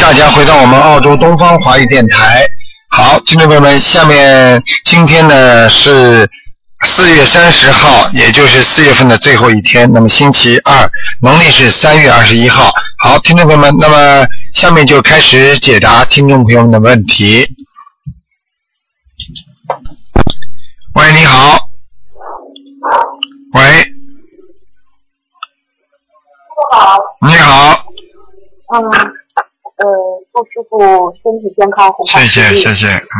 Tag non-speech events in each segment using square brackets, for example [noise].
大家回到我们澳洲东方华语电台。好，听众朋友们，下面今天呢是四月三十号，也就是四月份的最后一天，那么星期二，农历是三月二十一号。好，听众朋友们，那么下面就开始解答听众朋友们的问题。喂，你好。喂，好，你好，嗯，呃，祝师傅身体健康，红谢好谢谢谢。谢，嗯，呃，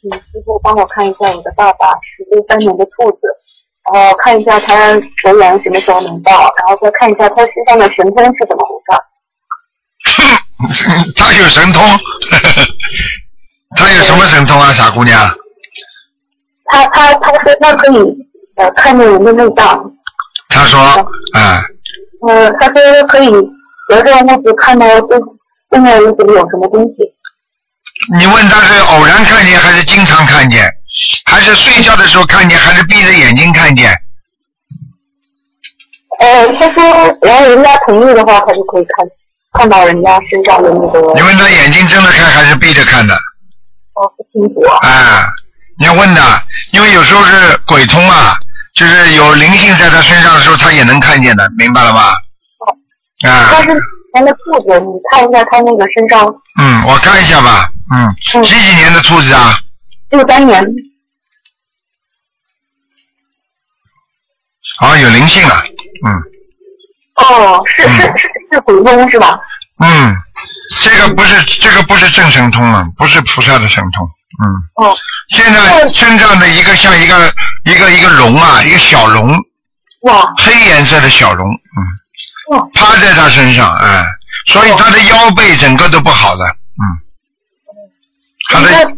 请师傅帮我看一下我的爸爸是六三年的兔子，然后看一下他佛缘什么时候能到，然后再看一下他身上的神通是怎么回事儿。 [laughs] 他有神通，他有什么神通啊，傻姑娘？他他他说他可以呃看见人的内脏，他说，啊、呃，他说可以隔着屋子看到对对面屋子里有什么东西。你问他是偶然看见还是经常看见，还是睡觉的时候看见，还是闭着眼睛看见？呃，他说只要人家同意的话，他就可以看看到人家身上的那个你问他眼睛睁着看还是闭着看的？哦不清楚。啊，你要问的，因为有时候是鬼通啊，就是有灵性在他身上的时候，他也能看见的，明白了吗？啊但，是那个兔子，你看一下它那个身上嗯，我看一下吧，嗯，嗯几几年的兔子啊？六三年，哦，有灵性了，嗯哦，是嗯是是是鬼翁是吧？嗯，这个不是这个不是正神通了，不是菩萨的神通，嗯。哦，现在身上的一个像一个一个一个龙啊，一个小龙，哇黑颜色的小龙，嗯，哇，趴在他身上，哎、所以他的腰背整个都不好的，嗯，他的那这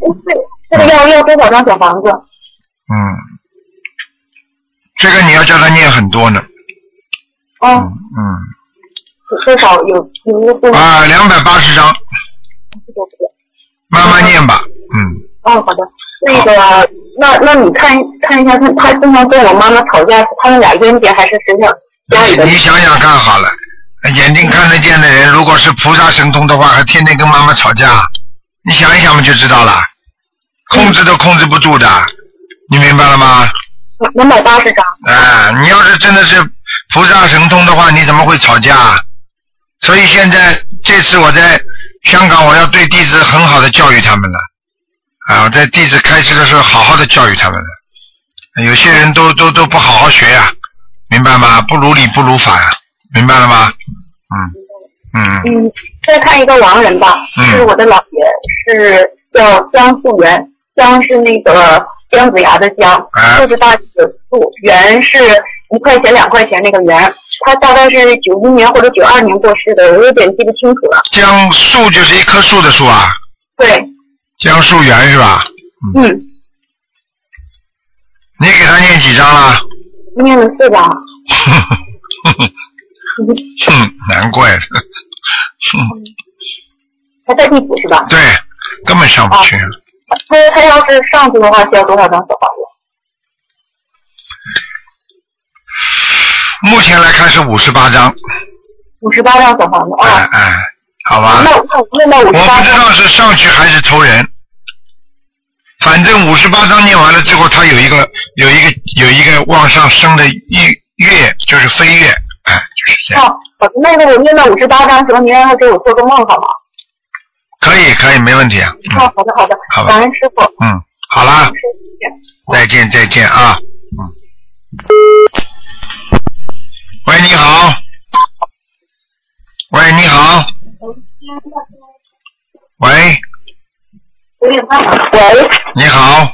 这个要要多少张小房子？哦嗯，这个你要叫他念很多呢，嗯哦，嗯，至少有有一个多啊，两百八十章，多慢慢念吧，嗯，哦，好的，那个，那那你看看一下他，他经常跟我妈妈吵架，他们俩冤结还是身上家里的你你想想看好了，眼睛看得见的人，如果是菩萨神通的话，还天天跟妈妈吵架，你想一想嘛就知道了，控制都控制不住的，你明白了吗？能买八十张？啊，你要是真的是菩萨神通的话，你怎么会吵架？所以现在这次我在香港，我要对弟子很好的教育他们了。啊，我在弟子开始的时候好好的教育他们了。有些人都都都不好好学呀、明白吗？不如理不如法呀、啊明白了吗？嗯嗯嗯，再看一个亡人吧，嗯是我的姥爷，是叫姜素元，姜是那个姜子牙的姜啊，素是大字素，元是一块钱两块钱那个元。他大概是九一年或者九二年过世的，我有点记不清楚了。江树就是一棵树的树啊，对，江树园是吧？嗯，你给他念几张 [laughs] 了？念了四张。哼，难怪。他在地府是吧？对，根本上不去。啊他他要是上去的话，需要多少张小房子？目前来看是五十八张，哦五十八张小房子哎、啊。哎、好吧。那那我念到我五十八不知道是上去还是投人，反正五十八章念完了之后，它有一个有一个有一个往上升的一跃，就是飞跃，哎、就是这样。张，好那个我念到五十八张的时候，您让他给我做个梦好吗？可以可以，没问题啊。嗯哦，好的好的，好吧感恩师傅，嗯，好啦，再见再见啊。嗯。喂，你好。喂，你好。喂，有点慢。喂，你好。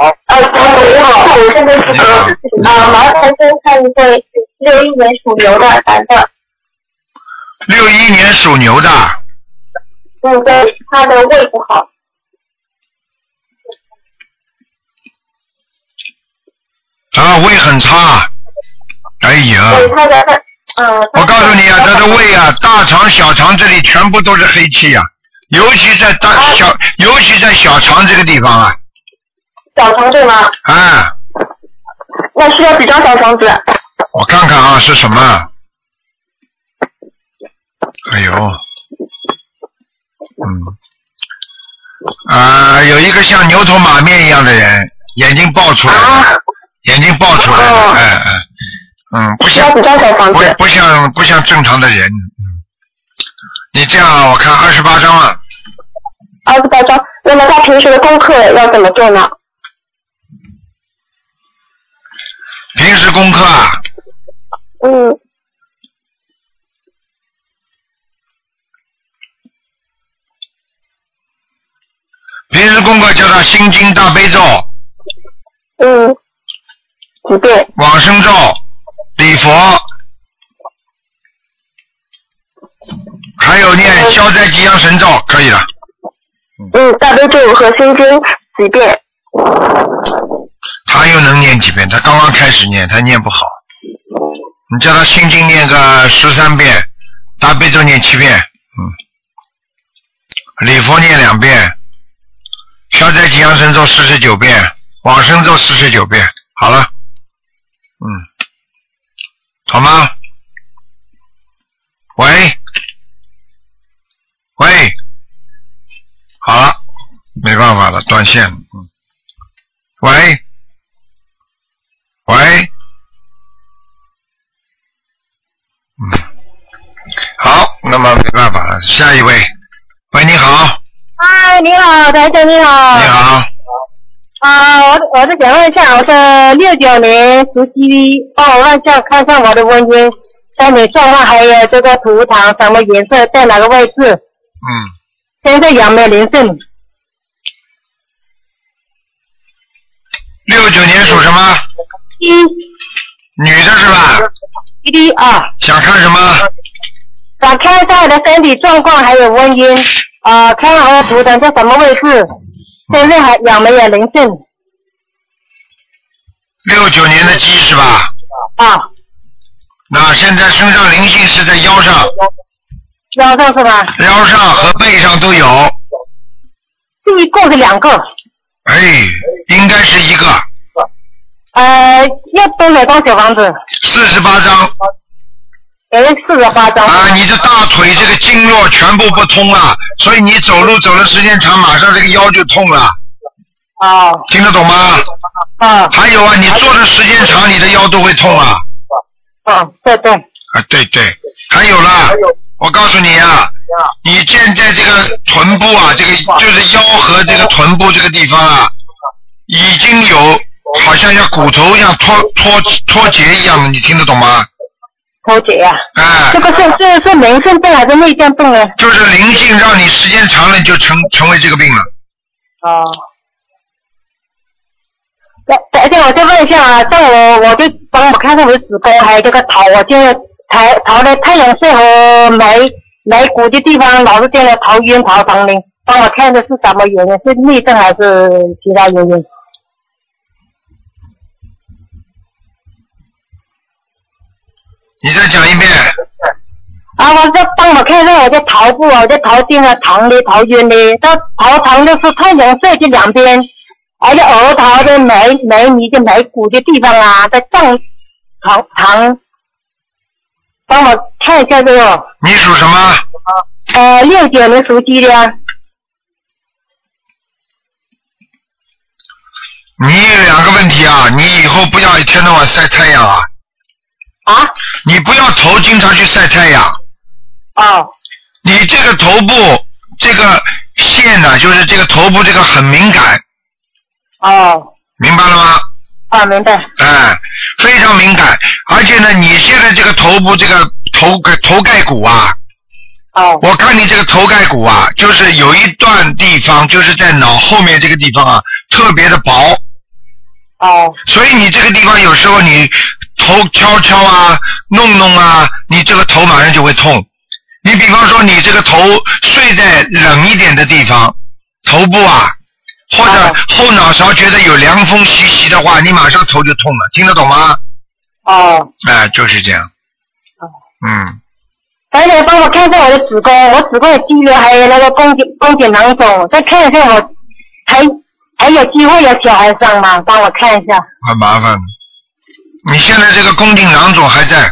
呃，师傅你好，我是那你好个呃，麻烦先看一位六一年属牛的男的，六一年属牛的，嗯，对，他的胃不好，啊，胃很差。哎呀。对，他的呃，我告诉你啊， [laughs] 他他的胃啊、大肠、小肠这里全部都是黑气啊，尤其在大小，尤其在小肠这个地方啊，小肠对吗？啊，那需要几张小房子？嗯我看看啊是什么啊？哎呦，嗯，啊，有一个像牛头马面一样的人，眼睛爆出来了，啊，眼睛爆出来了，哦哎哎，嗯，不像要几张小房不子？不像不像正常的人，嗯，你这样啊我看二十八章啊了，二十八张。那么他平时的功课要怎么做呢？平时功课啊，嗯，平时功课叫他心经大悲咒、嗯，几遍？往生咒、礼佛，还有念消灾吉祥神咒，可以了。嗯，大悲咒和心经几遍？他又能念几遍？他刚刚开始念，他念不好。你叫他心经念个十三遍，大悲咒念七遍，嗯，礼佛念两遍，消灾吉祥神咒四十九遍，往生咒四十九遍，好了，嗯，好吗？喂，喂，好了，没办法了，断线了，嗯，喂。喂，嗯，好，那么没办法了，下一位，喂，你好，嗨，你好，台长，你好你好，啊，我我是想问一下，我是六九年属鸡，帮我问一下，看一下我的婚姻，在你算上还有这个图腾什么颜色，在哪个位置，嗯，现在有没有灵性？六九年属什么？一女的是吧？一滴啊，想看什么？想看一下我的身体状况还有婚姻，啊，看看我的图腾在什么位置，现在还有没有灵性六九年的鸡是吧？啊？那现在身上灵性是在腰上、腰上是吧？腰上和背上都有，是一个是两个？哎，应该是一个呃，要多少张小房子？四十八张哎，四十八张。啊，你这大腿这个经络全部不通了，所以你走路走的时间长，马上这个腰就痛了，哦，听得懂吗？啊还有啊，你坐的时间长，你的腰都会痛啊。啊，对对。啊，对对，还有啦，我告诉你啊，你现在这个臀部啊，这个就是腰和这个臀部这个地方啊，已经有好像像骨头像脱脱脱节一样的，你听得懂吗？头姐呀、哎这，个是这个是灵性病还是内脏病呢？就是灵性让你时间长了，你就成成为这个病了。哦。来，而哎且我再问一下啊，像我我就帮我看看我的子宫，还有这个头，我现在头头的太阳穴和眉眉骨的地方老是这样头晕头疼的，帮我看的是什么原因？是内脏还是其他原因？你再讲一遍，啊，我这帮我看看我的头部，我的头顶啊疼的、头晕的，这头疼的是太阳穴的两边，而且额头啊的眉眉你的眉骨的地方啊，在胀疼疼。帮我看一下这个，你属什么？呃，六九年属鸡的啊，你有两个问题啊，你以后不要一天到晚晒太阳啊，啊，你不要头经常去晒太阳。哦，你这个头部这个线呢、就是这个头部这个很敏感，哦，明白了吗？啊，明白，哎，非常敏感，而且呢，你现在这个头部这个头盖头盖骨啊，哦，我看你这个头盖骨啊，就是有一段地方，就是在脑后面这个地方啊，特别的薄，哦，所以你这个地方有时候你头敲敲啊、弄弄啊，你这个头马上就会痛。你比方说你这个头睡在冷一点的地方，头部啊，或者哦后脑勺觉得有凉风习习的话，你马上头就痛了，听得懂吗？哦，哎、就是这样。嗯，而且帮我看一下我的子宫，我子宫的肌瘤还有那个宫颈宫颈囊肿，再看一下我还还有机会有小孩上吗？帮我看一下。很麻烦。你现在这个宫颈囊肿还在，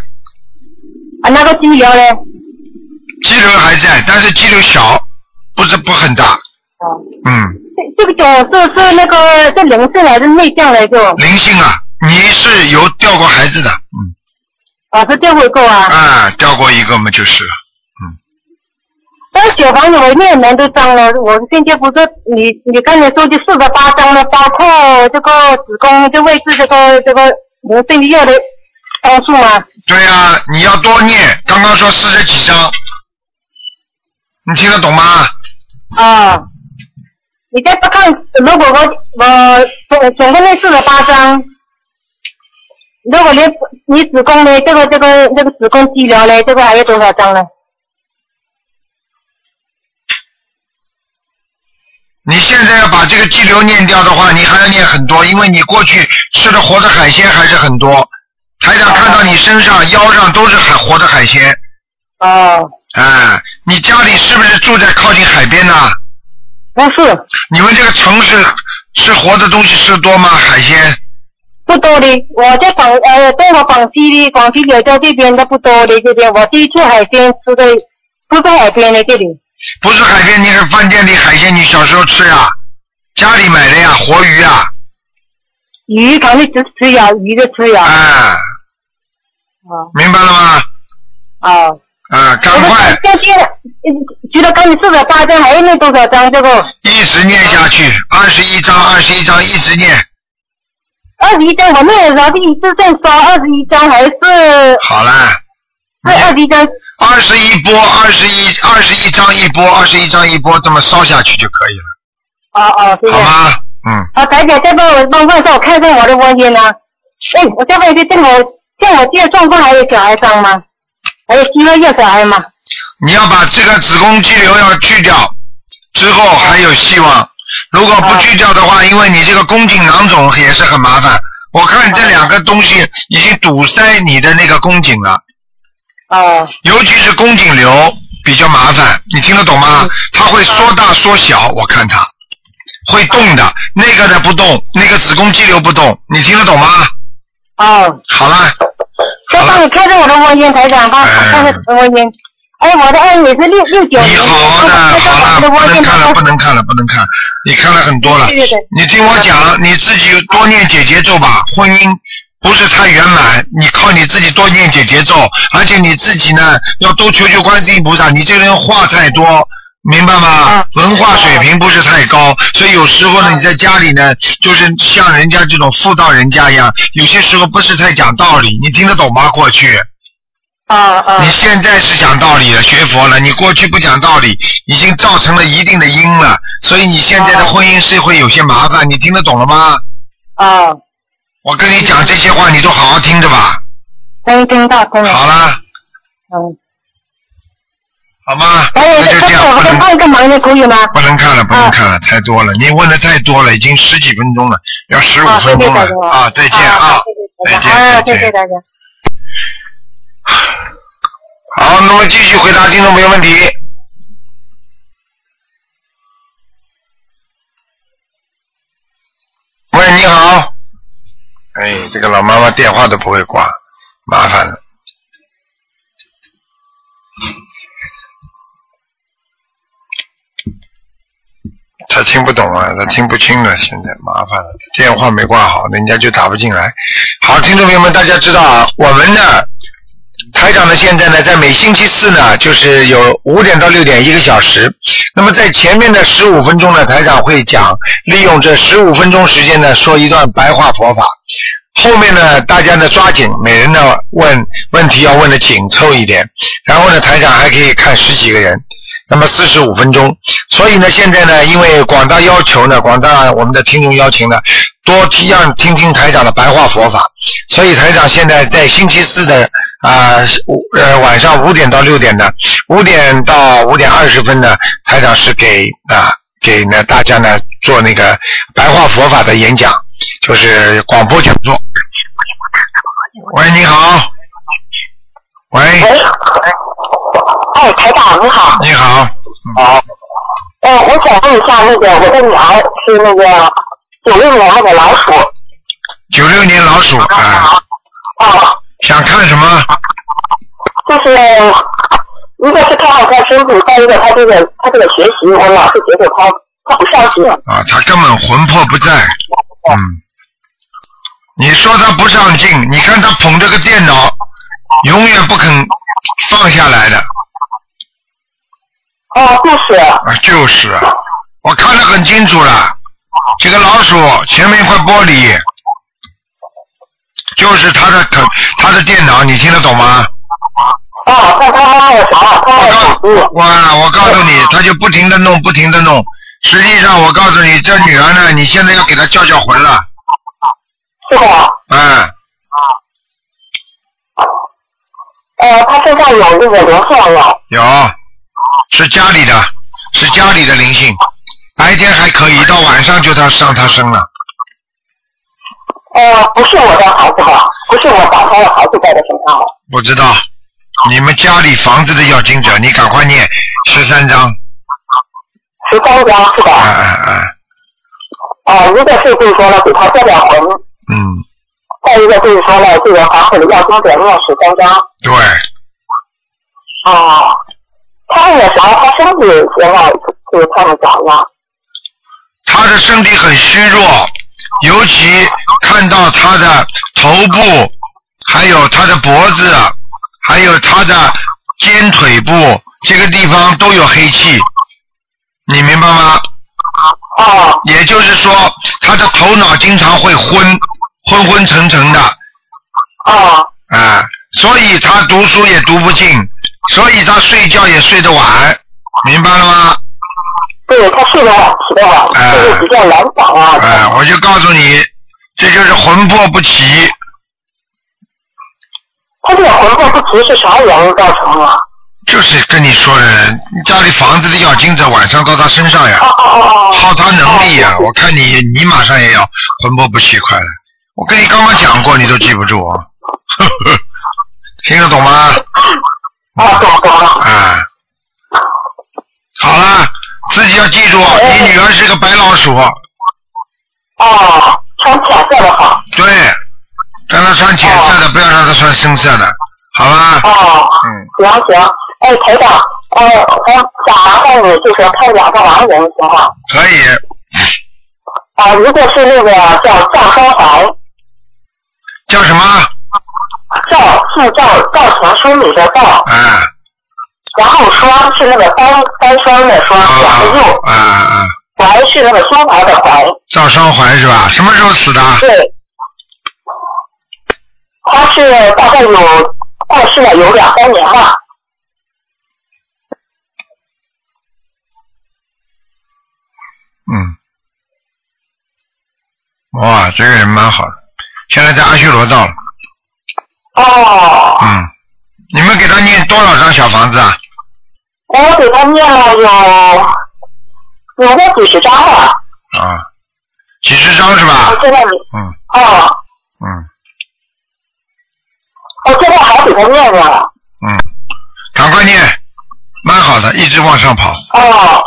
啊，那个肌瘤呢？肌瘤还在，但是肌瘤小，不是不很大，哦，嗯，这这个种是是那个是灵性还是内向来着？灵性啊，你是有掉过孩子的，嗯，啊，是这回过啊。啊，掉过一个嘛就是了，但是小房子我念蛮多张了，我现在不是你你刚才说的四十八张了，包括这个子宫这位置这个这个灵性药的张数吗？对呀、你要多念，刚刚说四十几章，你听得懂吗？啊，你再不看，如果我我总总共那四十八张，如果连你子宫呢，这个这个这个子宫肌瘤呢，这个还有多少张呢？你现在要把这个肌瘤念掉的话，你还要念很多，因为你过去吃的活的海鲜还是很多。台长看到你身上、腰上都是海活的海鲜，哦，哎，你家里是不是住在靠近海边呢？不是你们这个城市吃活的东西吃多吗？海鲜？不多的，我在广呃在我广西的广西柳州这边都不多的，这边我第一次海鲜吃的不是海边的这里不是海边，你看饭店里海鲜，你小时候吃呀？家里买的呀，活鱼啊呀，鱼肯定只吃呀，鱼就吃呀，哎，啊明白了吗？啊。啊，赶快这些呃除了刚你四十八张，还有那多少张？这个一直念下去，二十一章，二十一章，一直念，二十一张，我那时候是一次正刷二十一张，还是是好了。二十一张？哎二十一波，二十一，二十一张一波，二十一张一波，这么烧下去就可以了，哦哦，是好的。吗？嗯，好，台姐，再帮我帮问一下，我看一下我的文件呢。哎，我再问一下，这我像我这个状况还有小孩张吗？还有需要要小孩吗？你要把这个子宫肌瘤要去掉，之后还有希望。如果不去掉的话，因为你这个宫颈囊肿也是很麻烦。我看这两个东西已经堵塞你的那个宫颈了，哦尤其是宫颈瘤比较麻烦，你听得懂吗？它会缩大缩小，我看它会动的，那个的不动，那个子宫肌瘤不动，你听得懂吗？哦，好了，再好帮了，我看一下我的文件，台长，帮我看一下我的文件。哎，我的爱你是六六九你年的，好好我的，再帮好我了，的不文能件看了，帮不能看了，不能看，你看了很多了对对对。你听我讲，你自己多念解节奏吧，婚姻不是太圆满，你靠你自己多念解节奏，而且你自己呢要多求求观世音菩萨，你这个人话太多。明白吗啊？文化水平不是太高，所以有时候呢，你在家里呢，就是像人家这种妇道人家一样，有些时候不是太讲道理。你听得懂吗？过去，啊啊你现在是讲道理了，学佛了，你过去不讲道理，已经造成了一定的因了，所以你现在的哦婚姻是会有些麻烦，你听得懂了吗？啊，我跟你讲这些话，你都好好听着吧。能听到，听到。好啦，嗯，好吗？还有那就这这个样，我不再能帮一个忙的可以吗？不能看了，不能看了，太多了，你问的太多了，已经十几分钟了，要十五啊，谢分谢钟大了家啊！再见啊！谢谢大家，啊，谢谢大家。好，那么继续回答听众朋友问题。喂，你好。哎，这个老妈妈电话都不会挂，麻烦了。他听不懂啊，他听不清了，现在麻烦了，电话没挂好，人家就打不进来。好，听众朋友们，大家知道啊，我们呢台长呢，现在呢，在每星期四呢，就是有五点到六点一个小时。那么在前面的十五分钟呢，台长会讲，利用这十五分钟时间呢，说一段白话佛法。后面呢，大家呢抓紧，每人呢问问题要问的紧凑一点。然后呢，台长还可以看十几个人，那么四十五分钟。所以呢，现在呢，因为广大要求呢，广大我们的听众要求呢，多听让听听台长的白话佛法。所以台长现在在星期四的啊五呃晚上五点到六点呢，五点到五点二十分呢，台长是给啊给呢大家呢做那个白话佛法的演讲，就是广播讲座。喂，你好。喂，喂，哎，台长你好，你好。嗯哎，呃，我想问一下那个我的女儿是那个九六年的老鼠，九六年老鼠啊，啊，想看什么？就是一个是他好他辛苦，再一个他这个他这个学习，我老是觉得他他不上进。啊，他根本魂魄不在。嗯，你说他不上进，你看他捧着个电脑，永远不肯放下来的哦，就是，啊，就是啊，我看得很清楚了，这个老鼠前面一块玻璃，就是他的肯他的电脑，你听得懂吗？啊，他他妈我啥？他我妈告我我我告诉你，他就不停的弄，不停的弄。实际上，我告诉你，这女儿呢，你现在要给她叫叫魂了，是吧？嗯，呃，他身上有那个灵性了，有，是家里的，是家里的灵性，白天还可以，到晚上就她上她身了，呃，不是我的孩子吧？不是我打胎的孩子在他身上了。不知道。你们家里房子的要经者，你赶快念十三章，十三张是啊吧？啊啊，啊，一个是就是说呢，给他叫点魂，嗯，再一个就是说呢，这个反悔的要经者念十三张。对，啊，他那个啥，他身体情况就是看着咋样？她的身体很虚弱，尤其看到她的头部，还有她的脖子，还有她的肩腿部这个地方都有黑气，你明白吗？啊也就是说，她的头脑经常会昏，昏昏沉沉的，啊啊，所以她读书也读不进，所以她睡觉也睡得晚，明白了吗？对他睡得晚，起得晚，哎就是比较懒散啊。哎，我就告诉你，这就是魂魄不齐，他这个魂魄不齐是啥原因造成的？啊就是跟你说的人，家里房子的要经者晚上到他身上呀哦，哦哦耗他能力呀。我看你你马上也要魂魄不齐快了。我跟你刚刚讲过，你都记不住啊， [laughs] 呵呵，听得懂吗？哦，啊，懂懂了。啊，好了，自己要记住，哎你女儿是个白老鼠，哦，穿浅色的好。对，让她穿浅色的，不要让她穿深色的，好吧？哦，嗯，行行，哎，台长，呃，我想麻烦你，就是看两个盲人行吗？可以，啊、一个是那个叫赵双怀，叫什么？赵是赵赵成书里的赵，啊然后双是那个单单双的双，啊两个右，啊啊！怀是那个胸怀的怀，赵双怀是吧？什么时候死的？对，他是大概有过世了有两三年吧，嗯，哇，这个人蛮好的，现在在阿修罗道了。哦，嗯，你们给他念多少张小房子啊？我给他念了有有个几十张了，啊，几十张是吧我？现在你，嗯哦，嗯我现在还给他呃念念了。嗯，赶快念，蛮好的，一直往上跑，哦，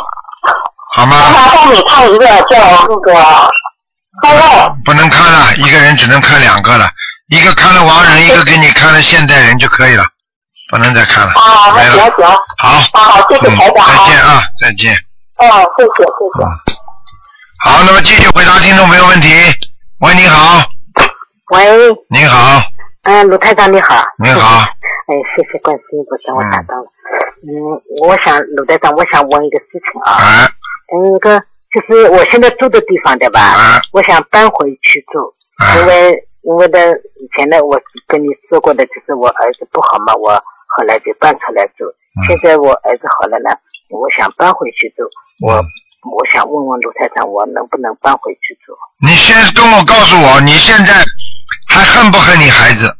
好我吗？麻烦你看一个叫那个三啊位，不能看了，一个人只能看两个了，一个看了亡人，一个给你看了现代人就可以了，不能再看了，啊，没那行了。行，好，啊好，谢谢嗯，台长再见啊，啊，再见。嗯，谢谢谢谢。好，那么继续回答听众朋友问题。喂，你好，喂，你好，嗯、卢台长你好。你好，哎，谢谢关心，我长，我打到了。嗯，我想鲁台长，我想问一个事情啊，哎那个就是我现在住的地方对吧？哎我想搬回去住，因哎，为因为的以前呢，我跟你说过的，就是我儿子不好嘛，我后来就搬出来住。嗯现在我儿子好了呢，我想搬回去住。我我想问问卢台长，我能不能搬回去住？你先跟我告诉我，你现在还恨不恨你孩子？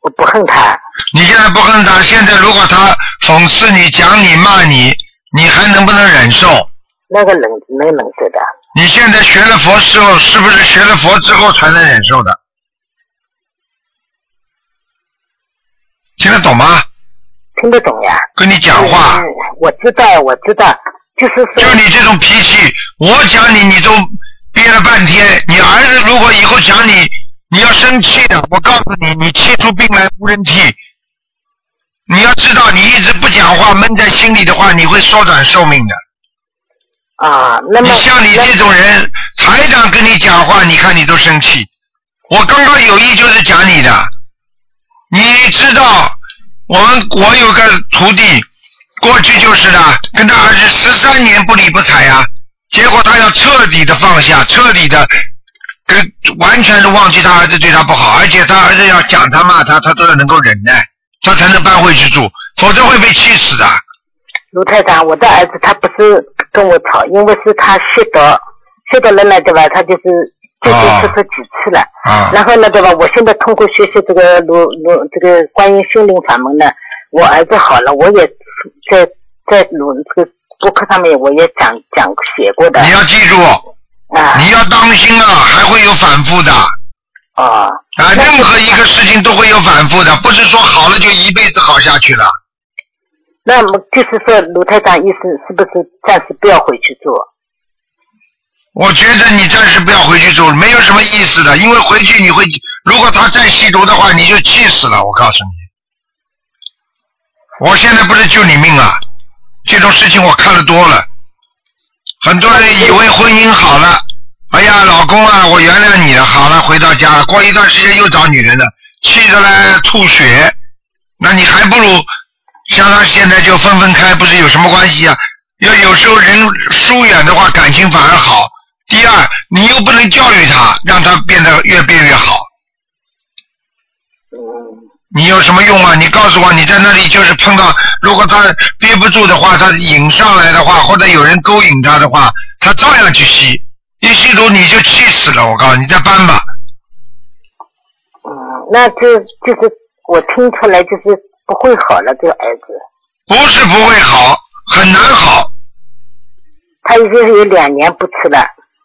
我不恨他，你现在不恨他，现在如果他讽刺你、讲你、骂你，你还能不能忍受？那个能能忍受的。你现在学了佛之后，是不是学了佛之后才能忍受的？听得懂吗？听得懂呀？跟你讲话。嗯我知道，我知道，就是说就你这种脾气，我讲你你都憋了半天。你儿子如果以后讲你，你要生气的，我告诉你，你气出病来无人替。你要知道，你一直不讲话，闷在心里的话，你会缩短寿命的。啊，那你么像你这种人，台长跟你讲话，你看你都生气。我刚刚有意就是讲你的，你知道，我们我有个徒弟，过去就是的，跟他儿子十三年不理不睬啊，结果他要彻底的放下，彻底的跟完全的忘记他儿子对他不好，而且他儿子要讲他骂他，他都要能够忍耐，他才能搬回去住，否则会被气死的。啊卢台长，我的儿子他不是跟我吵，因为是他吸毒，吸毒了呢，对吧？他就是最近啊出出几次了。啊然后呢，对吧？我现在通过学习这个卢卢这个观音心灵法门呢，我儿子好了，我也在在卢这个博客上面我也讲讲写过的你要记住，啊你要当心啊，还会有反复的。啊啊，任何一个事情都会有反复的，不是说好了就一辈子好下去了。那么就是说，卢台长意思是不是暂时不要回去做？我觉得你暂时不要回去住，没有什么意思的，因为回去你会，如果他再吸毒的话，你就气死了。我告诉你，我现在不是救你命啊，这种事情我看得多了。很多人以为婚姻好了，哎呀，老公啊，我原谅你了，好了，回到家了，过一段时间又找女人了，气得来吐血。那你还不如像他现在就分分开，不是有什么关系啊？要有时候人疏远的话，感情反而好。第二，你又不能教育他，让他变得越变越好，嗯，你有什么用啊？你告诉我，你在那里就是碰到，如果他憋不住的话，他引上来的话，或者有人勾引他的话，他照样去吸，一吸毒你就气死了。我告诉你，你再搬吧。嗯，那这就是我听出来就是不会好了，这个儿子，不是不会好，很难好。他已经有两年不吃了。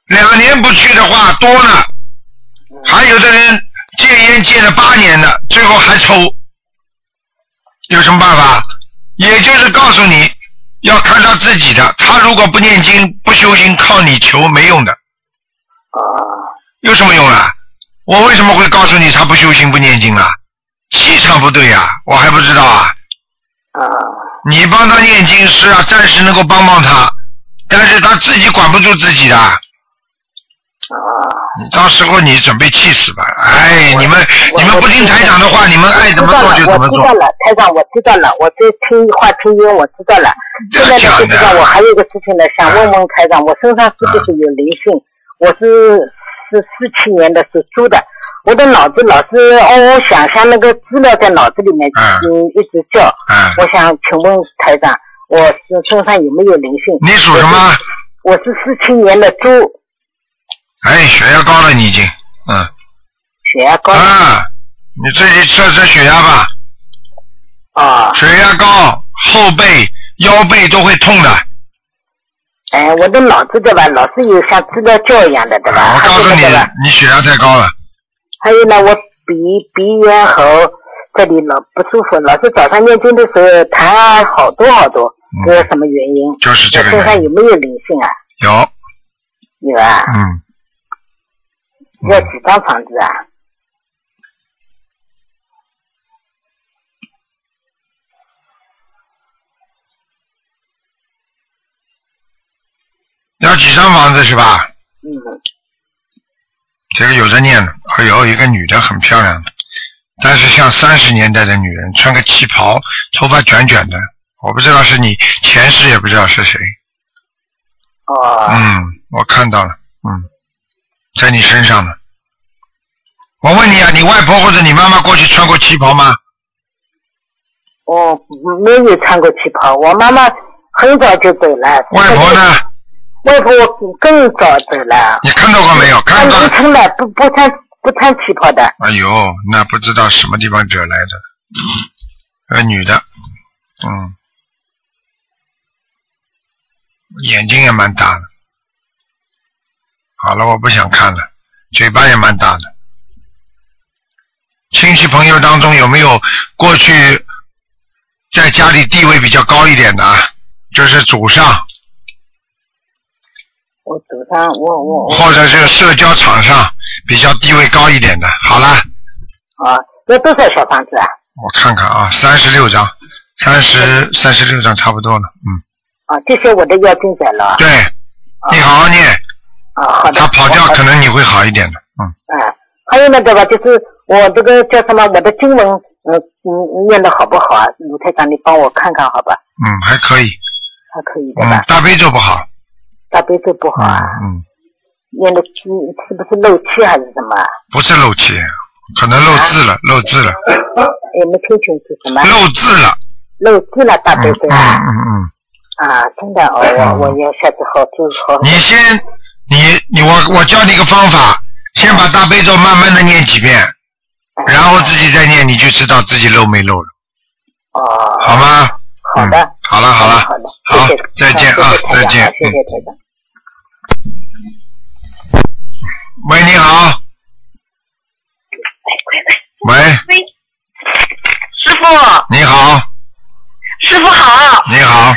两年不去的话多了，还有的人戒烟戒了八年的，最后还抽，有什么办法？也就是告诉你要看他自己的，他如果不念经不修心，靠你求没用的，啊，有什么用啊？我为什么会告诉你他不修心不念经啊？气场不对呀、啊，我还不知道啊。啊，你帮他念经是啊，暂时能够帮帮他，但是他自己管不住自己的。哦你到时候你准备气死吧！哎，你们我你们不听台长的话，你们爱怎么做就怎么我知道做。了，台长，我知道了，我这听话听音，我知道了。这现在呢，讲就的啊知道我还有一个事情呢，想问问台长，我身上是不是有灵性？我是是四七年的，属猪的。我的脑子老是哦嗡嗡响，像那个资料在脑子里面啊嗯一直叫。哎，我想请问台长，我身身上有没有灵性？你属什么？我是四七年的猪，哎，血压高了，你已经，嗯血压高啊，你自己测测血压吧，啊。血压高，后背、腰背都会痛的。哎，我的脑子对吧，老是有像资料叫一样的对吧？啊我告诉你还有那个对吧，你血压太高了。还有呢，我鼻鼻咽喉这里老不舒服，老是早上念经的时候痰啊好多好多，这是什么原因？嗯就是这个我身上原因有没有灵性啊？有，有啊，嗯，要几张房子啊？要几张房子是吧？嗯，这个有的念了，哎呦，一个女的很漂亮的，但是像三十年代的女人，穿个旗袍，头发卷卷的，我不知道是你前世，也不知道是谁。哦，嗯，我看到了，嗯，在你身上呢。我问你啊，你外婆或者你妈妈过去穿过旗袍吗？我没有穿过旗袍，我妈妈很早就走了。外婆呢？？外婆我更早走了，你看到过没有？她看到。农村的，不不穿不穿旗袍的。哎呦，那不知道什么地方惹来的，呃，女的，嗯，眼睛也蛮大的。好了，我不想看了，嘴巴也蛮大的。亲戚朋友当中有没有过去在家里地位比较高一点的啊？就是祖上我走上，我我我或者是社交场上比较地位高一点的。好了，啊，要多少小房子啊？我看看啊，三十六章，三十三十六章差不多了，嗯，啊，这些我都要进展了。对，你好好念，啊，好的。他跑掉我可能你会好一点的，嗯，哎，还有那个吧，就是我这个叫什么，我的经文，嗯嗯，念的好不好啊？卢台长，你帮我看看好吧？嗯，还可以，还可以的嗯吧？，大悲咒不好，大悲咒不好嗯啊，嗯，念的是是不是漏气还是 [laughs] 什么啊？不是漏气，可能漏字了，漏字了，也没听清楚什么漏字了，漏气了，大嗯悲咒嗯啊！嗯嗯，啊，真的，哦，我我要下次好就是好。你先，你你我我教你一个方法，先把大悲咒慢慢的念几遍，然后自己再念，你就知道自己漏没漏了，哦，好吗？好的嗯好了好了，好的，好谢谢再见谢谢啊台再长见谢谢台长。喂，你好。喂，师傅，你好，师傅啊好。你好， [laughs]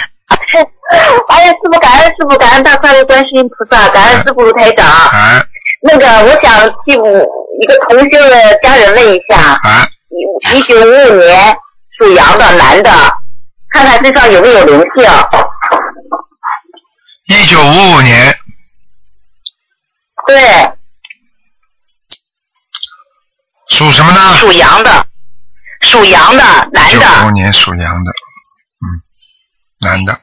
哎呀，师傅，感恩师傅，感恩大快乐观世音菩萨，感恩师傅卢台长。哎那个，我想替我一个同修的家人问一下，哎，一一九五五年属羊的男的，看看身上有没有灵性。一九五五年，对，属什么呢？属羊的，属羊的男九的五，年属羊的，嗯，男的。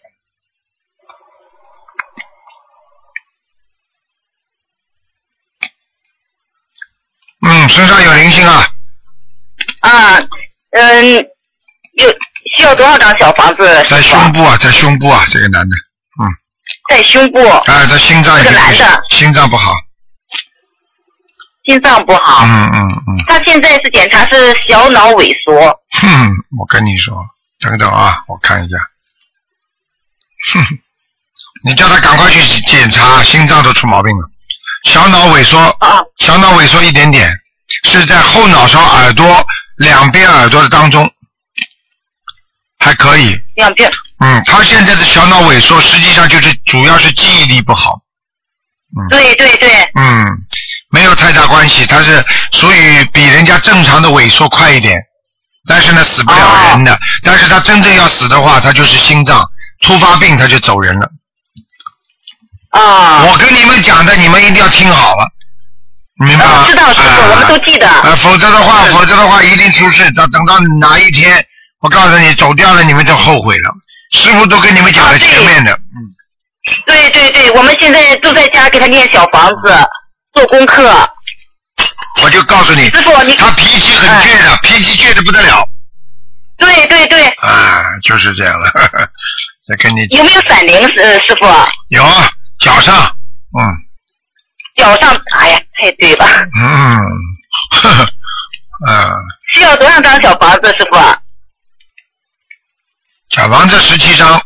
嗯，身上有灵性啊，啊，嗯，有需要多少张小房子？在师傅胸部啊，在胸部啊，这个男的，在胸部，啊，他心脏已经这个男的心脏不好，心脏不好。嗯嗯嗯，他现在是检查是小脑萎缩，哼，嗯我跟你说，等等啊，我看一下，哼，你叫他赶快去检查，心脏都出毛病了，小脑萎缩啊，小脑萎缩一点点，是在后脑勺耳朵两边耳朵的当中，还可以。两边嗯，他现在的小脑萎缩实际上就是主要是记忆力不好，对对对，嗯，没有太大关系，他是属于比人家正常的萎缩快一点，但是呢死不了人的，哦但是他真正要死的话，他就是心脏突发病，他就走人了。啊，我跟你们讲的，你们一定要听好了，明白吗？我哦知道师傅，啊我们都嗯记得。呃，否则的话，否则的话一定出事。等等到哪一天，我告诉你走掉了，你们就后悔了。师傅都跟你们讲了啊对前面的，对对对，我们现在都在家给他念小房子，做功课。我就告诉你师，傅，你他脾气很倔的，脾气倔的不得了对对对，啊，就是这样了。 [laughs] 呵呵再跟你讲有没有闪灵？呃，师傅，有啊脚上，嗯脚上，哎呀，太对了，嗯，呵呵，嗯，需要多少张小房子，师傅？小房子十七张，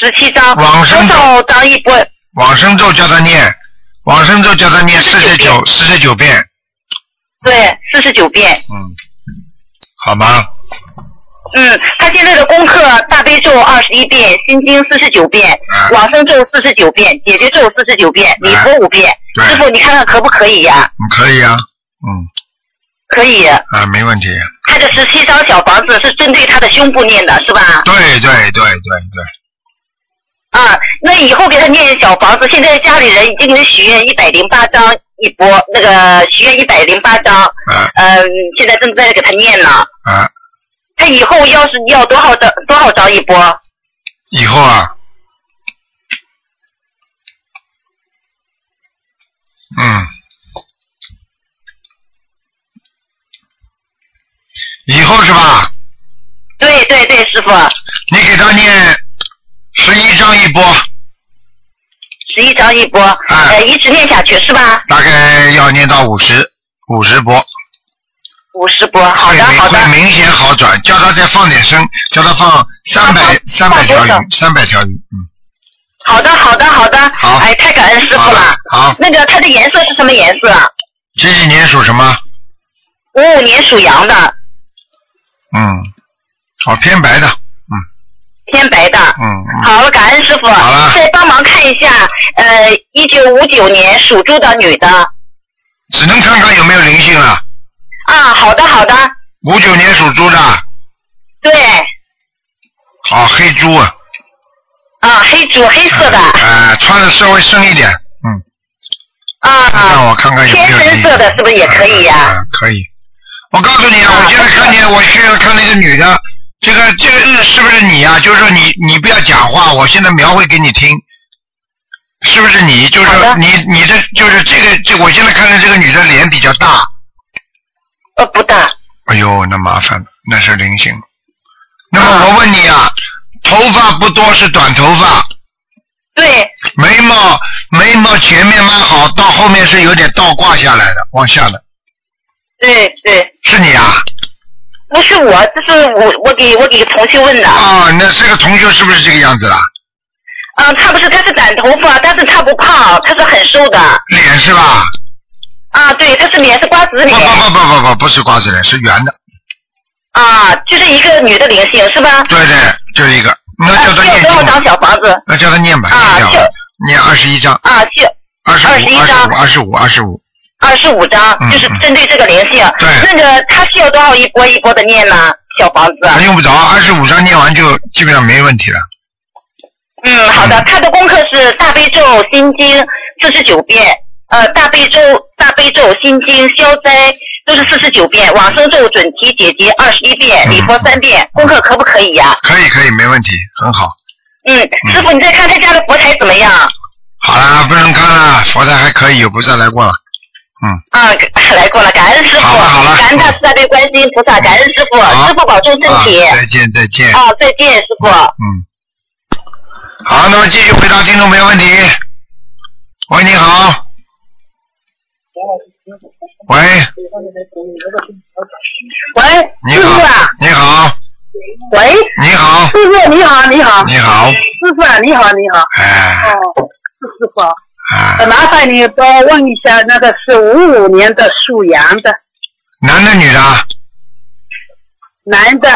十七张，往多生咒少张一波？往生咒叫他念，往生咒叫他念四十九四十九遍，对，四十九遍。嗯，好吗？嗯，他现在的功课大悲咒二十一遍，心经四十九遍，啊往生咒四十九遍，解决咒四十九遍，礼佛五遍。对师傅，你看看可不可以呀、嗯，可以啊，嗯。可以。啊，没问题。他的十七张小房子是针对他的胸部念的，是吧？对对对对对，啊，那以后给他念小房子，现在家里人已经给他许愿一百零八张一波，那个许愿一百零八张，啊嗯，现在正在给他念呢。啊，他以后要是要多少张多少张一波？以后啊，嗯，以后是吧？对对对，师傅，你给他念十一章一波，十一张一波，啊呃，一直念下去是吧？大概要念到五十五十波，五十波，好会的明好的会，明显好转。叫他再放点声，叫他放三百三放百条多少鱼，三百条鱼，嗯，好的好的好的，好哎，太感恩师好傅了了。，好，那个它的颜色是什么颜色？这几年属什么？五五年属羊的，嗯，好偏白的，偏白的。嗯嗯，好了，感恩师傅。好了再帮忙看一下，呃，一九五九年属猪的女的。只啊能看看有没有灵性了。啊，好的好的，五九年属猪的，对，好黑猪啊，啊，黑猪黑色的，哎、穿的稍微深一点，嗯，让啊，我看看有没天有深力色的是不是也可以呀、啊，可以。我告诉你啊，我现在看见，我现在看那个女的，这个这个日是不是你啊？就是说你你不要讲话，我现在描绘给你听，是不是你？就是好说的你你的就是这个这，我现在看见这个女的脸比较大，呃，不大，哎呦，那麻烦了，那是灵性。那么我问你啊，头发不多是短头发，对，眉毛眉毛前面蛮好，到后面是有点倒挂下来的，往下的，对对，是你啊？不是我，这是我我给我给同学问的，啊，那这个同学是不是这个样子啦？嗯，他不是他是短头发，但是他不胖，他是很瘦的，脸是吧？啊，对，他是脸是瓜子不脸，不不不不不，不是瓜子脸，是圆的。哦啊，就是一个女的灵性是吧？对对，就一个。那啊，叫他需要念多少经吧张，小房子？那叫他念吧，啊念掉吧，念二十一章，啊，需要二十五， 21章二十五，二十五，二十五张嗯，就是针对这个灵性。对那个他需要多少一波一波的念呢？小房子。还用不着，二十五章念完就基本上没问题了。嗯，好的。他的功课是大悲咒、心经四十九遍，呃，大悲咒、大悲咒、心经、消灾都是四十九遍，往生咒、准提解结二十一遍，嗯礼佛三遍。功课可不可以呀、可以可以，没问题，很好。嗯，师傅，你再看他家的佛台怎么样？好啦，不能看了，佛台还可以，有菩萨来过了。啊，来过了，感恩师傅，好了好了感恩大慈大悲观世音菩萨，感恩师傅，好师傅保重身啊体。，再见再见。啊，再见，师傅。嗯。好，那么继续回答听众朋友问题。喂，你好。喂，喂，你师傅好啊，，你好，喂，你好，师傅你好，你好，你好，师傅啊，你好，你好，哎哦，是师傅啊，哎呃，麻烦你帮我问一下，那个是五五年的属羊的男的女的啊？男的，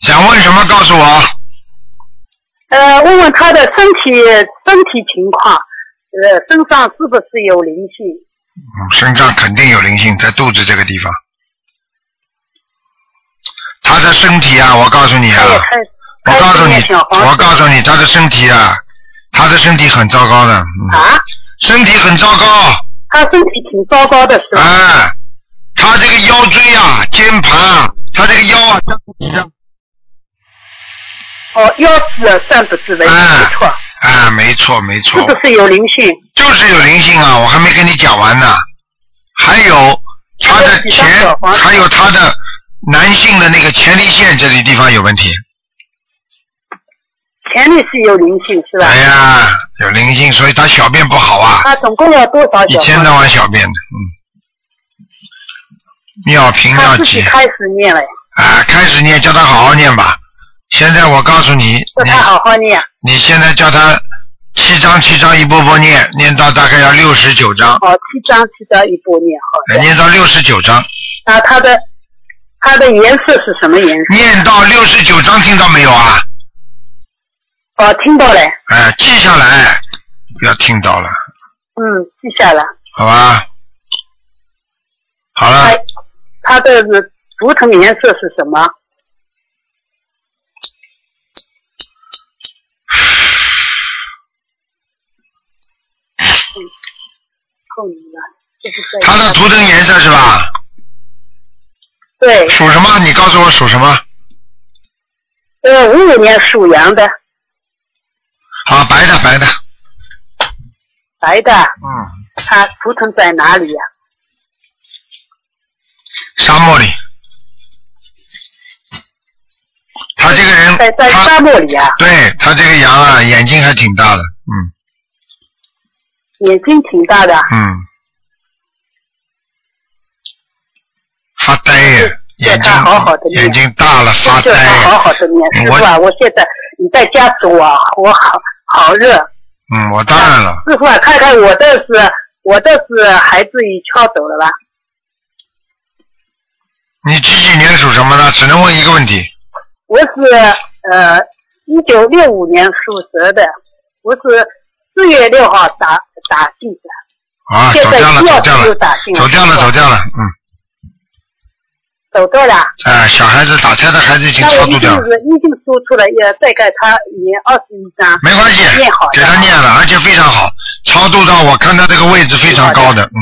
想问什么？告诉我。嗯呃，问问他的身体身体情况，呃，身上是不是有灵性？嗯，身上肯定有灵性，在肚子这个地方。他的身体啊，我告诉你啊他，也我开告诉开始你念哎小，我房子告诉你，他的身体啊，他的身体很糟糕的，嗯，啊，身体很糟糕。他身体挺糟糕的是吧？哎，他这个腰椎啊、肩盘啊，他这个腰啊，哦，腰子站不直的，嗯没错，哎，没错没错 [laughs] 是，不是有灵性？就是有灵性啊，我还没跟你讲完呢。还有他的还有几张前小，房子还有他的男性的那个前列腺这里地方有问题。前列腺有灵性是吧？哎呀，有灵性，所以他小便不好啊，他总共要多少一小天房子？到晚小便的，嗯，尿频他尿自己急开始念了，啊，开始念，叫他好好念吧。现在我告诉你，叫你他好好念。你现在叫他七章七章一波波念，念到大概要六十九章，好，七张七张一波念好呃念到六十九章，那它的它的颜色是什么颜色？念到六十九章，听到没有啊？哦，听到了，哎、记下来，哎不要听到了，嗯，记下了。好吧？好了它，它哎的图腾颜色是什 [sighs] 么？嗯，够你了，就是这他样。的图腾颜色是吧？对，属什么？你告诉我属什么？呃，五五年属羊的，好，白的，白的。白的，嗯，它图腾在哪里呀、沙漠里。他这个人，在在他沙漠里啊，对他这个羊啊，眼睛还挺大的，嗯眼睛挺大的，嗯，发呆呀，对眼睛他好好地念眼睛大了发就是呆他好呀，好的念，师我傅啊，我现在你在家中啊，我好好热。嗯，我当然了，师傅啊，看看我这是我这是孩子已敲走了吧？你几几年属什么的？只能问一个问题，我是呃一九六五年属蛇的，我是四月六号打打进的，啊，现走在掉了，一走号掉就了，嗯打进走掉了，走了。掉了，嗯，走掉了。啊，小孩子打胎的孩子已经那超我度一掉定了，是一定说出来，也再给他念二十一章。没关系念好，嗯给他念了，而且非常好，超度到我看他这个位置非常高的，嗯，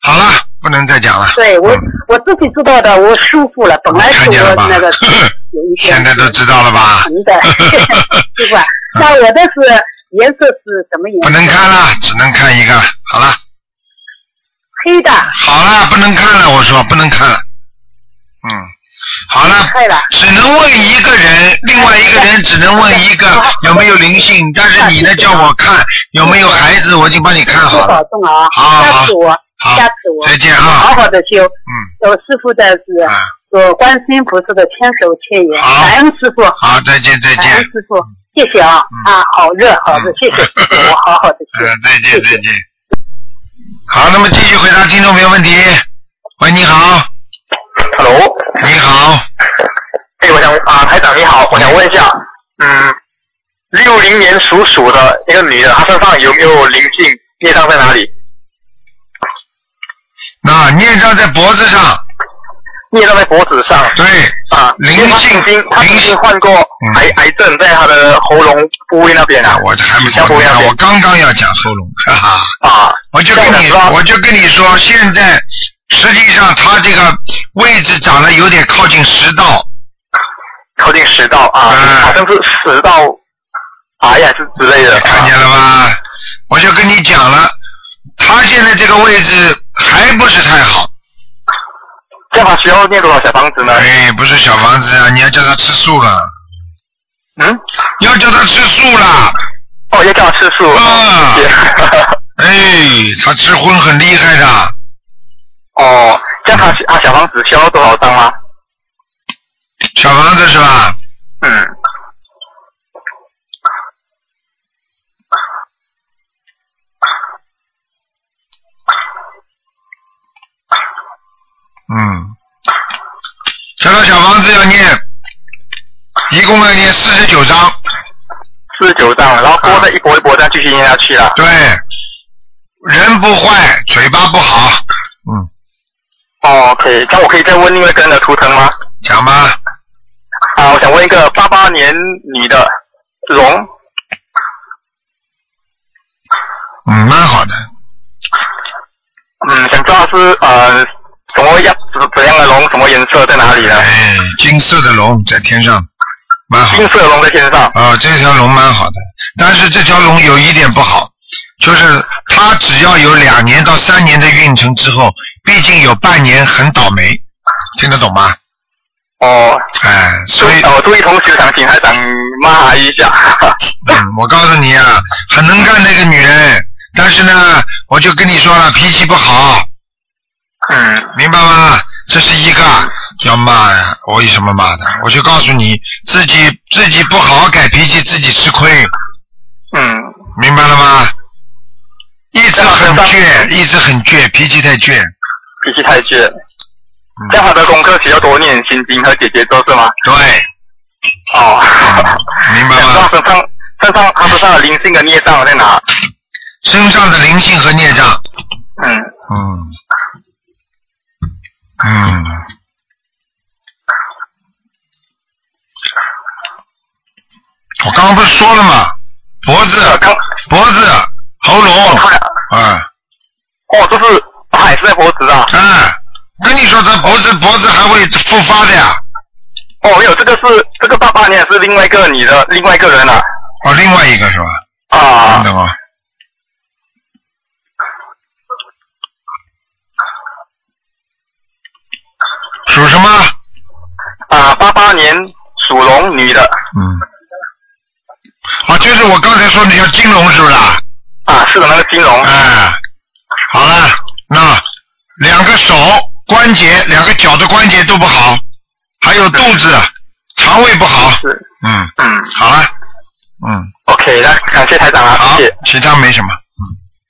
好了，不能再讲了，对我、嗯我自己知道的，我舒服了。本来是看见我了吧 [laughs] 那个有一点现在都知道了 [laughs] 吧？疼 [laughs] 的，是吧？那我的是颜色是什么颜色？不能看了，只能看一个了，好了，黑的，好了，不能看了，我说不能看了，嗯，好了，黑的。只能问一个人，另外一个人只能问一个有没有灵性，但是你呢叫我看有没有孩子，我已经帮你看多好保了。重啊！好好下次我，好下次我再见好啊，好的修。嗯有师傅的是，啊，有观世音菩萨的千手千眼，好感恩师傅，好，再见再感见恩，师傅，谢谢啊！啊，好热，好热嗯，谢谢师傅，我好好的修。嗯，再见谢谢再见。好，那么继续回答听众朋友问题。喂，你好， Hello，你好，哎，我想啊，台长你好，我想问一下，嗯，六零年属鼠的一个女的，她身上有没有灵性？业障在哪里？那孽障在脖子上，业障在脖子上对，啊，灵因为她性曾经她灵曾性经患过癌、癌症，在她的喉咙部位那边啊啊，，我这还没下讲部位那呢，我边刚刚要讲喉咙，哈哈。啊，我就跟这样你子啊，我就跟你说，现在实际上他这个位置长得有点靠近食道，靠近食道啊，嗯好像是食道癌呀，是之类的，看见啊、了吧？我就跟你讲了，他现在这个位置还不是太好。这样她需要念多少小房子呢？哎，不是小房子啊，你要叫他吃素了，嗯，要叫他吃素了。哦，要叫她吃素。啊谢谢哎，他吃荤很厉害的， [laughs] 哦，这样他他小房子需要多少张吗？小房子是吧？嗯，嗯，叫他小房子要念，一共要念四十九章。四十九张，然后过后再一波一波这样继续念下去啦。对，人不坏，嘴巴不好，嗯，哦，可以，那我可以再问另外一个人的图腾吗？讲吧，啊，我想问一个八八年女的龙，嗯，蛮好的，嗯，想知道是呃什么样怎样的龙，什么颜色在哪里呢？哎，金色的龙在天上，蛮好金，色的龙在天上。啊、这条龙蛮好的，但是这条龙有一点不好，就是它只要有两年到三年的运程之后，毕竟有半年很倒霉，听得懂吗？哦，哎，所以呃，我注意同学想请他长骂一下。 [laughs] 嗯，我告诉你啊，很能干的一个女人，但是呢，我就跟你说了，脾气不好，嗯，明白吗？这是一个要骂呀，我有什么骂的？我就告诉你，自己自己不好好改脾气，自己吃亏，嗯，明白了吗？一直很那那倔，一直很倔，脾气太倔。脾气太倔。嗯这样他的功课需要多念心经和姐姐咒是吗？对，哦，明白 [laughs] 想知道吗？身上身上他身上的灵性的孽障在哪？身上的灵性和孽障，嗯，嗯，嗯，我刚刚不是说了吗？脖子呃，刚脖子、喉咙，他啊、哦，就是他还是在脖子啊。啊，跟你说，这脖子脖子还会复发的呀。哦，没有，这个是这个爸爸年是另外一个你的另外一个人啊。哦，另外一个是吧？啊等，等啊。属什么？啊，八八年属龙女的嗯。啊，就是我刚才说你要金龙是不是啊？啊，是的那个金龙哎，好了，那两个手关节、两个脚的关节都不好，还有肚子、肠胃不好。是，嗯，嗯好了，嗯， ，OK，那感谢台长啊，好谢谢，，其他没什么，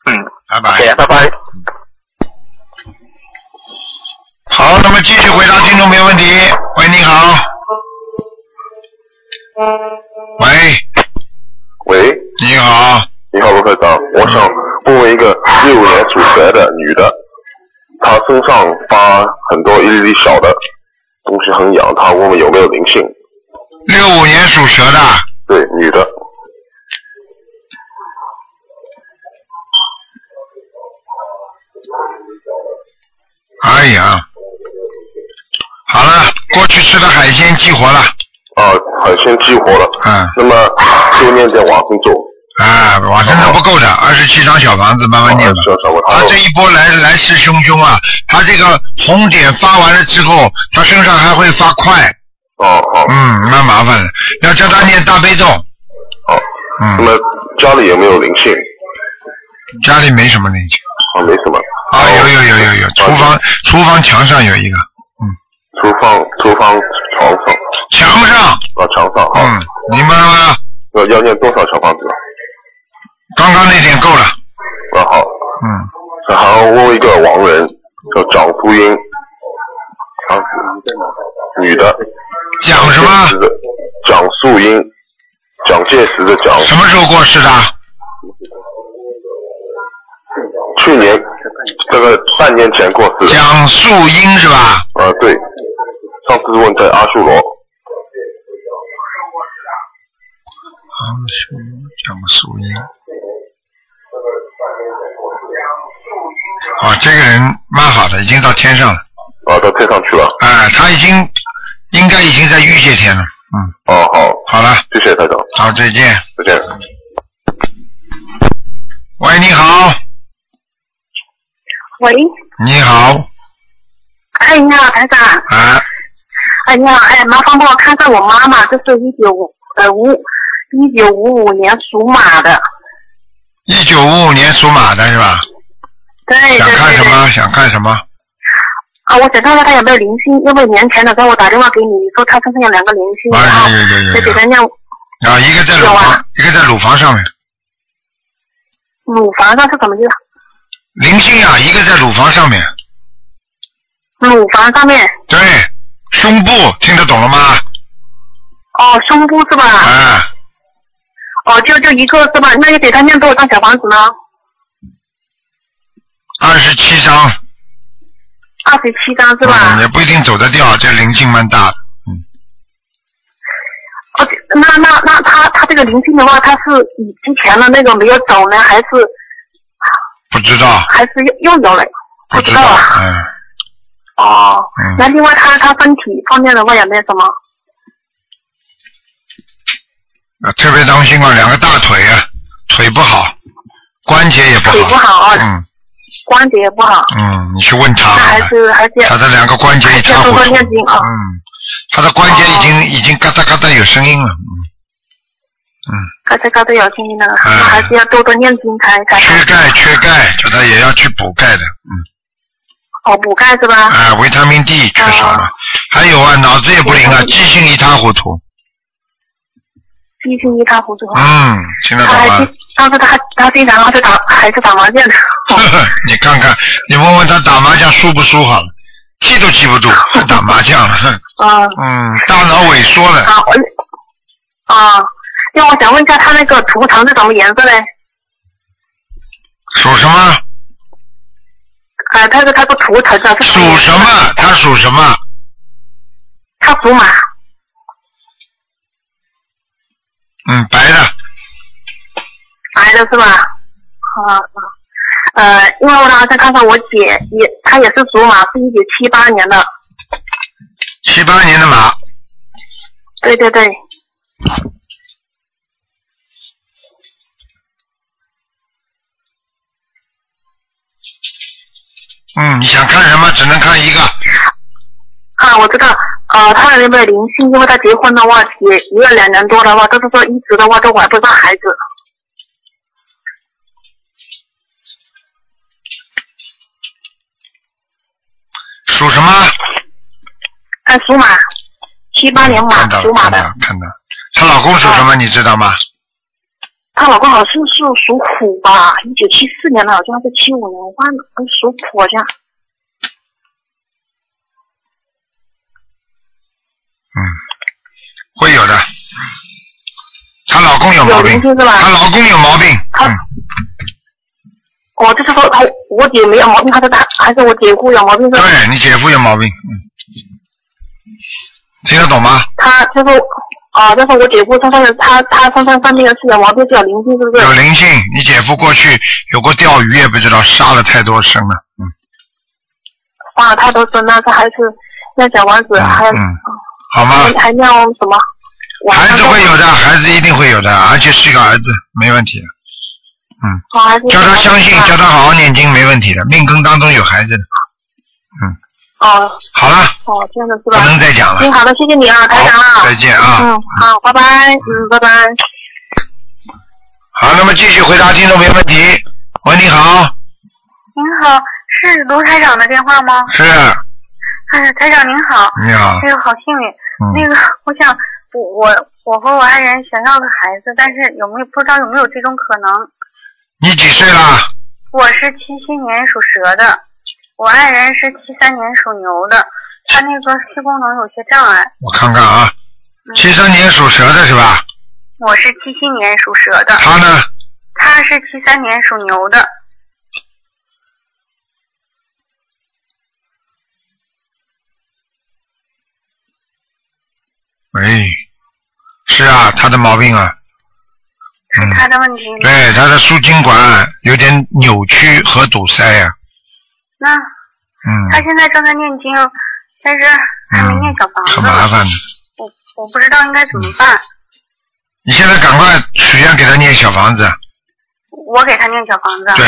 嗯拜拜。 ，OK，拜拜。好，那么继续回答听众朋友问题。喂，你好。喂，喂，你好，你好，罗科长，我想问问一个六五年属蛇的女的，她身上发很多一粒粒小的，东西很痒，她问问有没有灵性。六五年属蛇的，对，女的，哎呀，好了，过去吃的海鲜激活了，啊，海鲜激活了。嗯，那么就念点往生咒，啊，往身上不够的，二十七张小房子慢慢啊哦念吧。小小我他这一波来来势汹汹啊，他这个红点发完了之后，他身上还会发块，哦好，嗯，那麻烦了，要叫他念大悲咒，嗯那么家里有没有灵性？家里没什么灵性。啊，没什么。啊，有有有有哦有，厨房厨房墙上有一个，厨房厨房床上墙上，啊墙上啊，嗯，明白了吗？要要念多少小房子？刚刚那点够了，啊好，嗯，然后问一个亡人叫蒋福英，啊，女的，讲什么？是的蒋素英，蒋介石的蒋，什么时候过世的？去年这个半年前过世的，蒋素英是吧？啊对，上次问在阿修罗，蒋素蒋素英。哦，这个人蛮好的，已经到天上了。啊到天上去了，哎、他已经应该已经在御界天了。嗯，哦、好，好了，谢谢台长，好，再见。再见。喂，你好，喂，你好，哎你好，台长，啊，哎你好，哎，麻烦帮我看看我妈妈，这是一九五呃五一九五五年属马的，一九五五年属马的是吧？对对想看对什对。么？想看什么？啊，我想看看她有没有灵性，因为年前的时候我打电话给你，你说她身上有两个灵性，然啊，后有有有就有给她有。念啊，一个在乳有啊房，一个在乳房上面，乳房上是怎么样？灵性啊，一个在乳房上面，乳房上面对，胸部听得懂了吗？哦，胸部是吧？啊，哦，就就一个是吧？那就给他念多少张小房子呢？二十七张，二十七张是吧嗯？也不一定走得掉，这灵性蛮大的。哦，那那那他他这个灵性的话，他是以之前的那个没有走呢，还是不知道，还是又又有了？不知道，道啊。嗯哦，那嗯，另外他他身体方面的话有没有什么？啊特别当心啊，两个大腿啊，腿不好，关节也不腿不好，好，哦嗯关节也不好，嗯，你去问他那好还了，是还是要哎他的两个关节一塌糊涂，还是要多多念经啊哦嗯，他的关节已经已经嘎哒嘎哒有声音了，嗯，刚才刚才有声音了，哎那还是要多多念经才才缺钙缺钙，叫他也要去补钙的，嗯，哦补钙是吧？啊，维他命 D 缺少哦了，还有啊，脑子也不灵啊，记性一塌糊涂，哦记性一塌糊涂。嗯，听得他懂啊还吗？经当时他还他经常是打还是打麻将的。 [laughs] 你看看，你问问他打麻将输不输好了，记都记不 [laughs] 住，还打麻将了。 [laughs] 哼嗯，嗯，大脑萎缩了，好，我啊，那我想问一下，他那个图腾是什么颜色嘞？属什么？呃，他是他是图腾的，是属什什么颜色？么？他属什么？他属马，嗯，白的。白的是吧？啊，呃，因为我打算看看我姐也，她也是属马，是一九七八年的。七八年的马，对对对，嗯，你想看什么？只能看一个。啊，我知道，呃，她有没有灵性？因为她结婚的话也也有两年多的话，就是说一直的话都怀不上孩子。属什么？哎，属马，七八年马看到了哦属，马看到的哦了，，看到了。她老公属什么？你知道吗？她老公好像是属虎吧，一九七四年的，好像还是七五年，我忘了，哎属虎好像。会有的。她老公有毛病有灵性是，吧她老公有毛病。她嗯，哦，就是说，哎，我姐没有毛病，还是她，还是我姐夫有毛病是吧？对你姐夫有毛病。嗯，听得懂吗？他他说啊，但是我姐夫他说的他他身上犯那个是有毛病，是有灵性，是不是？有灵性，你姐夫过去有过钓鱼，也不知道杀了太多生了，嗯啊，他都是那他还是那小王子还嗯，好吗？还还那样什么？啊孩子会有的，孩子一定会有的，而且是一个儿子，没问题的。好还是叫他相信，叫他好好念经，没问题的。命根当中有孩子的，哦好了，哦，这样的是不吧？能再讲了。行，好的，谢谢你啊，台长啊。再见啊！嗯，好，拜拜，嗯，拜拜。好，那么继续回答听众朋友问题。喂，你好，您好，是卢台长的电话吗？是哎，台长您好。你好哎呦，好幸运。嗯那个，我想，我我我和我爱人想要个孩子，但是有没有不知道有没有这种可能？你几岁啦？我是七七年属蛇的，我爱人是七三年属牛的，他那个性功能有些障碍。我看看啊，嗯七三年属蛇的是吧？我是七七年属蛇的。他呢？他是七三年属牛的。哎，是啊，他的毛病啊，嗯，他的问题。对，他的输精管有点扭曲和堵塞呀、那他嗯现在正在念经，但是还没念小房嗯子。很麻烦的。我我不知道应该怎么办。你现在赶快许愿给他念小房子，我给他念小房子，对，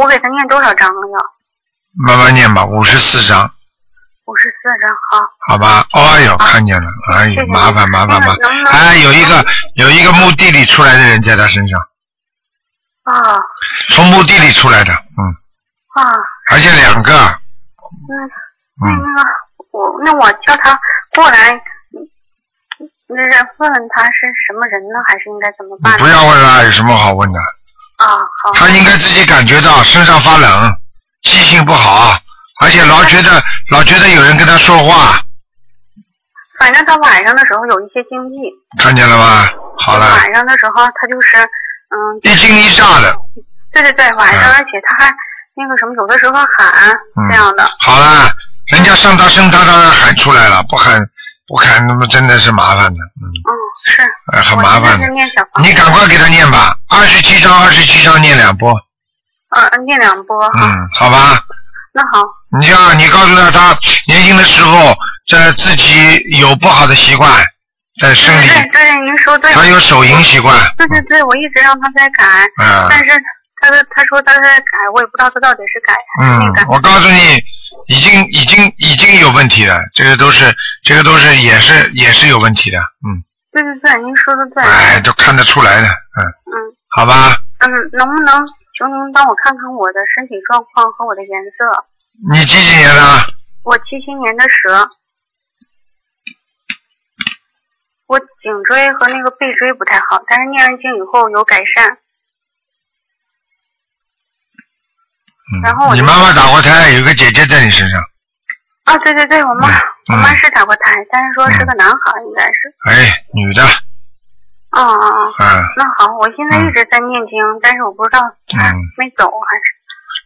我给他念多少章了要？慢慢念吧，五十四章。五十四章好。好吧，哎呦，看见了，哎呦，麻烦麻烦麻嗯能烦，不能哎，有一个有一个墓地里出来的人在他身上，啊从墓地里出来的，嗯，啊，而且两个，那嗯，那个我那我叫他过来，那人问问他是什么人呢，还是应该怎么办？不要问了，有什么好问的？啊，好。他应该自己感觉到身上发冷，记性不好，而且老觉嗯得老觉得有人跟他说话，反正他晚上的时候有一些经济，看见了吗？好了，晚上的时候他就是嗯。一惊一乍的。对对对，晚上，而且他还那个什么，有的时候喊嗯这样的。好了，人家上他身，他当然喊出来了，不喊不喊，那么真的是麻烦的，嗯，是。哎，很麻我烦现的在是。念小房子。你赶快给他念吧，二十七章，二十七章念两波，嗯，嗯念两波哈。嗯，好吧？那好，你像你告诉他，他年轻的时候在自己有不好的习惯，在生理，对对，您说对了。他有手淫习惯，对对对，我一直让他在改，嗯但是他的他说他在改，我也不知道他到底是改还是嗯没改。，我告诉你，已经已经已经有问题了，这个都是这个都是也是也是有问题的，嗯，对对对，您说的对。哎，都看得出来的，嗯，嗯好吧？嗯，能不能求您帮我看看我的身体状况和我的颜色？你几几年的？我七七年的蛇，我颈椎和那个背椎不太好，但是念完经以后有改善。然后嗯我你就妈妈打过胎，有个姐姐在你身上，啊，对对对，我妈、嗯我妈是打过胎，但是说是个男孩，应该是。哎，女的，啊啊啊！嗯那好，我现在一直在念经，但是我不知道嗯，没走啊还是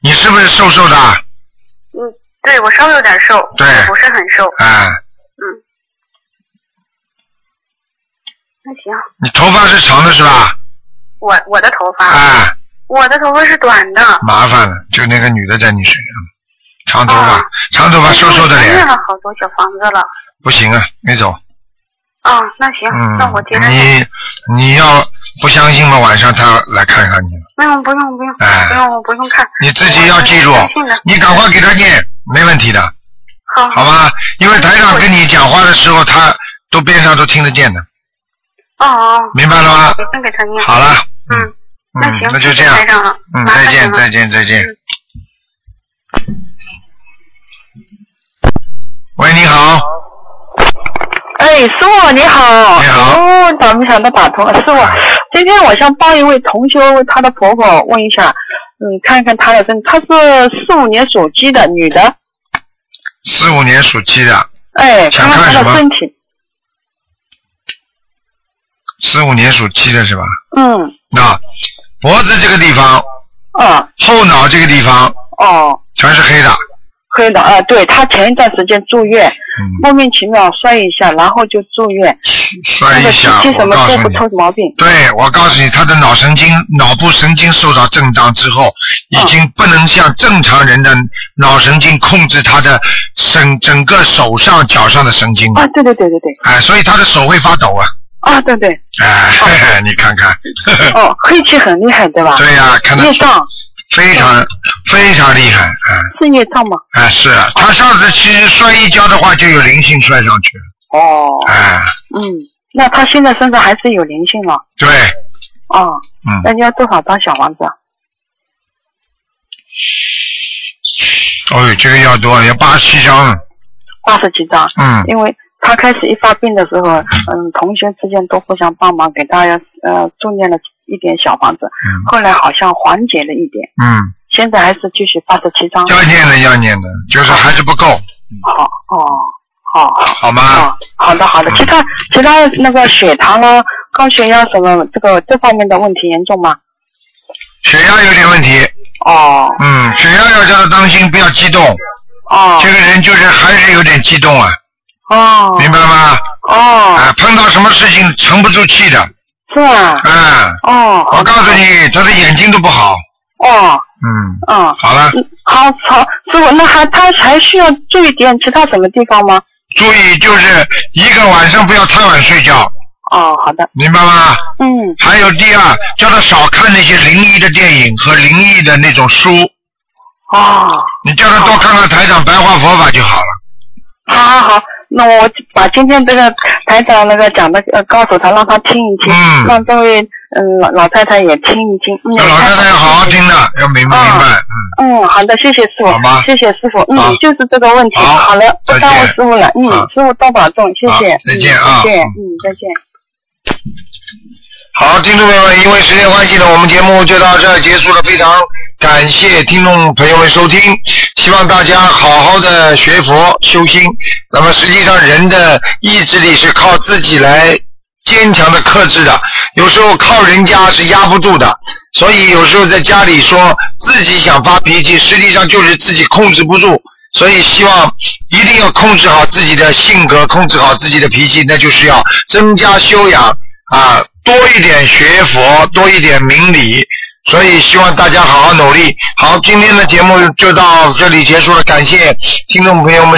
你是不是瘦瘦的？啊嗯，对我稍微有点瘦，对也不是很瘦。哎，那行，你头发是长的是吧？我我的头发，哎，我的头发是短的，麻烦了，就那个女的在你身上，长头啊发，长头发，瘦瘦的我念脸，了好多小房子了。不行啊，没走。啊，那行，嗯那我接着，念。你你要不相信嘛，晚上她来看看你，不用不用不用，哎不用不用看，你自己要记住我相信的，你赶快给她念，没问题的，好，好吧？因为台长跟你讲话的时候，她都边上都听得见的，哦哦，明白了吗？我一定给他念。好，了，嗯，那嗯行，，那就这谢谢样台，长了，嗯，麻烦再见，您了再见，再见。喂，你好，哎，师傅你好。你好哦，打没想到打通了，师傅。今天我想帮一位同修，她的婆婆问一下，嗯，看看她的身，她是四五年属鸡的女的，四五年属鸡的，哎，想看看她什的么身体。四五年属鸡的是吧？嗯，那脖子这个地方，啊，哦后脑这个地方哦，全是黑的，可以的啊，对他前一段时间住院，嗯莫名其妙摔一下，然后就住院，摔一下那个脾气什我告么诉都你不出毛病，对，我告诉你，他的脑神经、脑部神经受到震荡之后，已嗯经不能像正常人的脑神经控制他的整整个手上、脚上的神经了。啊，对对对对对，哎，所以他的手会发抖啊！啊，对对，哎，嘿嘿你看看，哦，黑气很厉害，对吧？对呀、看到业障非常非常厉害，哎是业障吗？哎是啊他上次其实摔一跤的话就有灵性摔上去了，哦，哎，嗯，那他现在身上还是有灵性了，对，哦，嗯那要多少张小房子啊？哦，这个要多，要八七张了，八十几张，嗯因为他开始一发病的时候，嗯，同学之间都互相帮忙，给大家呃助念了一点小房子，后来好像缓解了一点，嗯，现在还是继续八十七张。要念的要念的，就是还是不够，好哦，好，哦好吗？好的好的，其他其他那个血糖啦、高血压什么这个这方面的问题严重吗？血压有点问题，哦，嗯，血压要叫他当心，不要激动，哦，这个人就是还是有点激动啊，哦，明白了吗？哦，啊，碰到什么事情沉不住气的，是吧？啊，哦，我告诉你，他的眼睛都不好，哦，嗯，嗯，好了，好好，师傅，那还他还需要注意点其他什么地方吗？注意就是一个晚上不要太晚睡觉，哦，好的，明白吗？嗯，还有第二，叫他少看那些灵异的电影和灵异的那种书，哦，你叫他多看看台长白话佛法就好了。好好好，那我把今天这个台长那个讲的呃告诉他，让他听一听，嗯让这位嗯老老太太也听一听。嗯，老太太要好好谢谢听的，要明白明白。嗯嗯，好的，谢谢师傅，好吧谢谢师傅，好嗯，就是这个问题，好好了，不再见耽误师傅了，嗯好，师傅多保重，谢谢，好再嗯见啊再见，嗯，再见。好，听众朋友们，因为时间关系呢，我们节目就到这儿结束了。非常感谢听众朋友们收听，希望大家好好的学佛修心。那么实际上，人的意志力是靠自己来坚强的克制的，有时候靠人家是压不住的。所以有时候在家里说自己想发脾气，实际上就是自己控制不住。所以希望一定要控制好自己的性格，控制好自己的脾气，那就是要增加修养啊，多一点学佛，多一点明理。所以希望大家好好努力。好，今天的节目就到这里结束了，感谢听众朋友们。